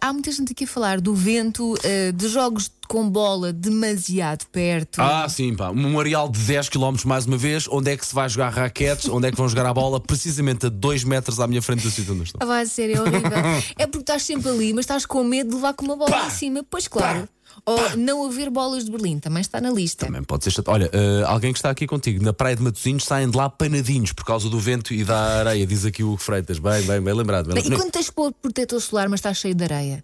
Há muita gente aqui a falar do vento, eh, de jogos com bola demasiado perto. Ah, sim, pá. Um areal de 10 km mais uma vez, onde é que se vai jogar raquetes, onde é que vão jogar a bola, precisamente a 2 metros à minha frente do sítio onde eu estou. Ah, vai ser, é horrível. é porque estás sempre ali, mas estás com medo de levar com uma bola em cima. Pois claro. Ou não haver bolas de Berlim, também está na lista. Também pode ser chato. Olha, eh, alguém que está aqui contigo, na praia de Matosinhos, saem de lá panadinhos por causa do vento e da areia, diz aqui o Hugo Freitas. Bem, bem, bem lembrado. bem Bem, e lembrado. quando tens que pôr protetor solar, mas estás cheio de areia?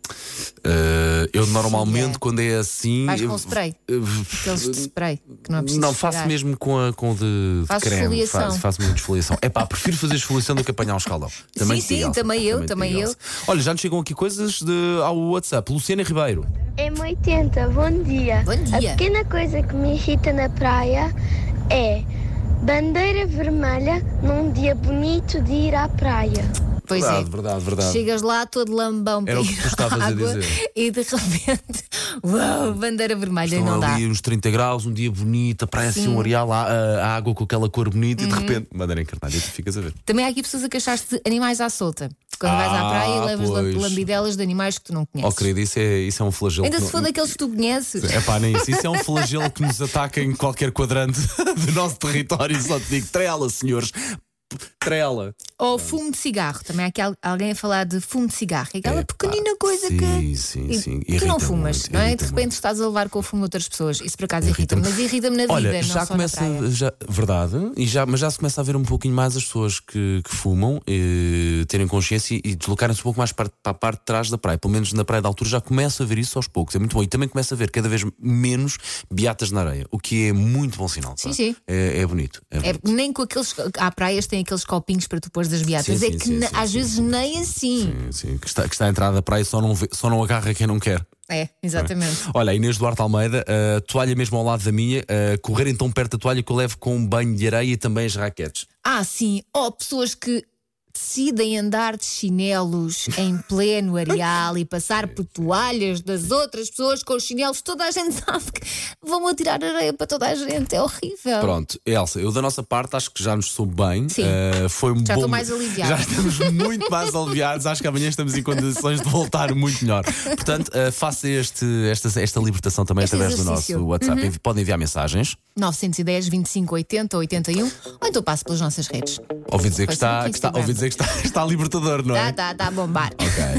Eh, eu normalmente, Sim, é. quando é assim. Vais eu- eh, com spray? eu- Aqueles de spray, que não é preciso Não, faço esperar. mesmo com, a, com o de, de Fazes creme. esfoliação. Faço, faço muito esfoliação. É pá, prefiro fazer esfoliação do que apanhar um escaldão. Sim, te digo, sim, Elsa, também eu, te também digo, eu. Elsa. Olha, já nos chegam aqui coisas de, ao WhatsApp. Luciana Ribeiro. M80, bom dia. Bom dia. A pequena coisa que me irrita na praia é bandeira vermelha num dia bonito de ir à praia. Pois verdade, é. verdade, verdade. Chegas lá todo lambão Era o que para ir tu estavas à a água dizer. e de repente, uau, bandeira vermelha e Estão não dá. ali uns 30 graus, um dia bonito, aparece um areal, a, a água com aquela cor bonita Uhum. e de repente, madeira encarnada, e tu ficas a ver. Também há aqui pessoas a queixar-se de animais à solta. Quando vais à Ah, praia e levas lam- pois. lambidelas de animais que tu não Oh, conheces. querido, isso é, isso é um flagelo. Ainda que se for daqueles que tu conheces. É pá, nem isso. Isso é um flagelo que nos ataca em qualquer quadrante do nosso território. Só te digo, trela, senhores. Trela. Ou fumo de cigarro. Também há aqui al- alguém a falar de fumo de cigarro. É Aquela pequenina coisa sim, que. Sim, e- sim, Tu não Irrita fumas, muito, não é? irrita De repente muito. estás a levar com o fumo de outras pessoas. Isso por acaso irrita-me, Irrita-me. mas irrita-me na vida, Olha, não já só começa. na praia. já- verdade, e já, mas já se começa a ver um pouquinho mais as pessoas que, que fumam, eh, terem consciência e deslocarem-se um pouco mais para, para a parte de trás da praia. Pelo menos na praia da altura já começa a ver isso aos poucos. É muito bom. E também começa a ver cada vez menos beatas na areia, o que é muito bom sinal. Sim, pá. sim. É, é bonito. é É, bonito. nem com aqueles. Há praias que têm aqueles copinhos para tu pôr das beatas. Sim, é sim, que sim, na- sim, às sim, vezes nem assim. Sim, sim, que está, que está à entrada da praia e só não, vê- só não agarra quem não quer. É, exatamente. Olha, a Inês Duarte Almeida, a toalha mesmo ao lado da minha, a correrem tão perto da toalha que eu levo com um banho de areia e também as raquetes. Ah, sim. Ou pessoas que decidem andar de chinelos em pleno areal e passar por toalhas das outras pessoas com os chinelos. Toda a gente sabe que vão atirar areia para toda a gente. É horrível. Pronto, Elsa, eu da nossa parte acho que já nos soube bem. Sim. Eh, foi um Já bom... estou mais aliviada. Já estamos muito mais aliviados. Acho que amanhã estamos em condições de voltar muito melhor. Portanto, eh, faça este, esta, esta libertação também Este através exercício. Uhum. do nosso WhatsApp. Envi- Podem enviar mensagens. 910, 25, 80, 81. Ou então passo pelas nossas redes. assim Ouvi dizer que, Pois está, sim, que está, Instagram. ouvi dizer que está, está libertador, não é? Tá, tá, tá a bombar. Ok.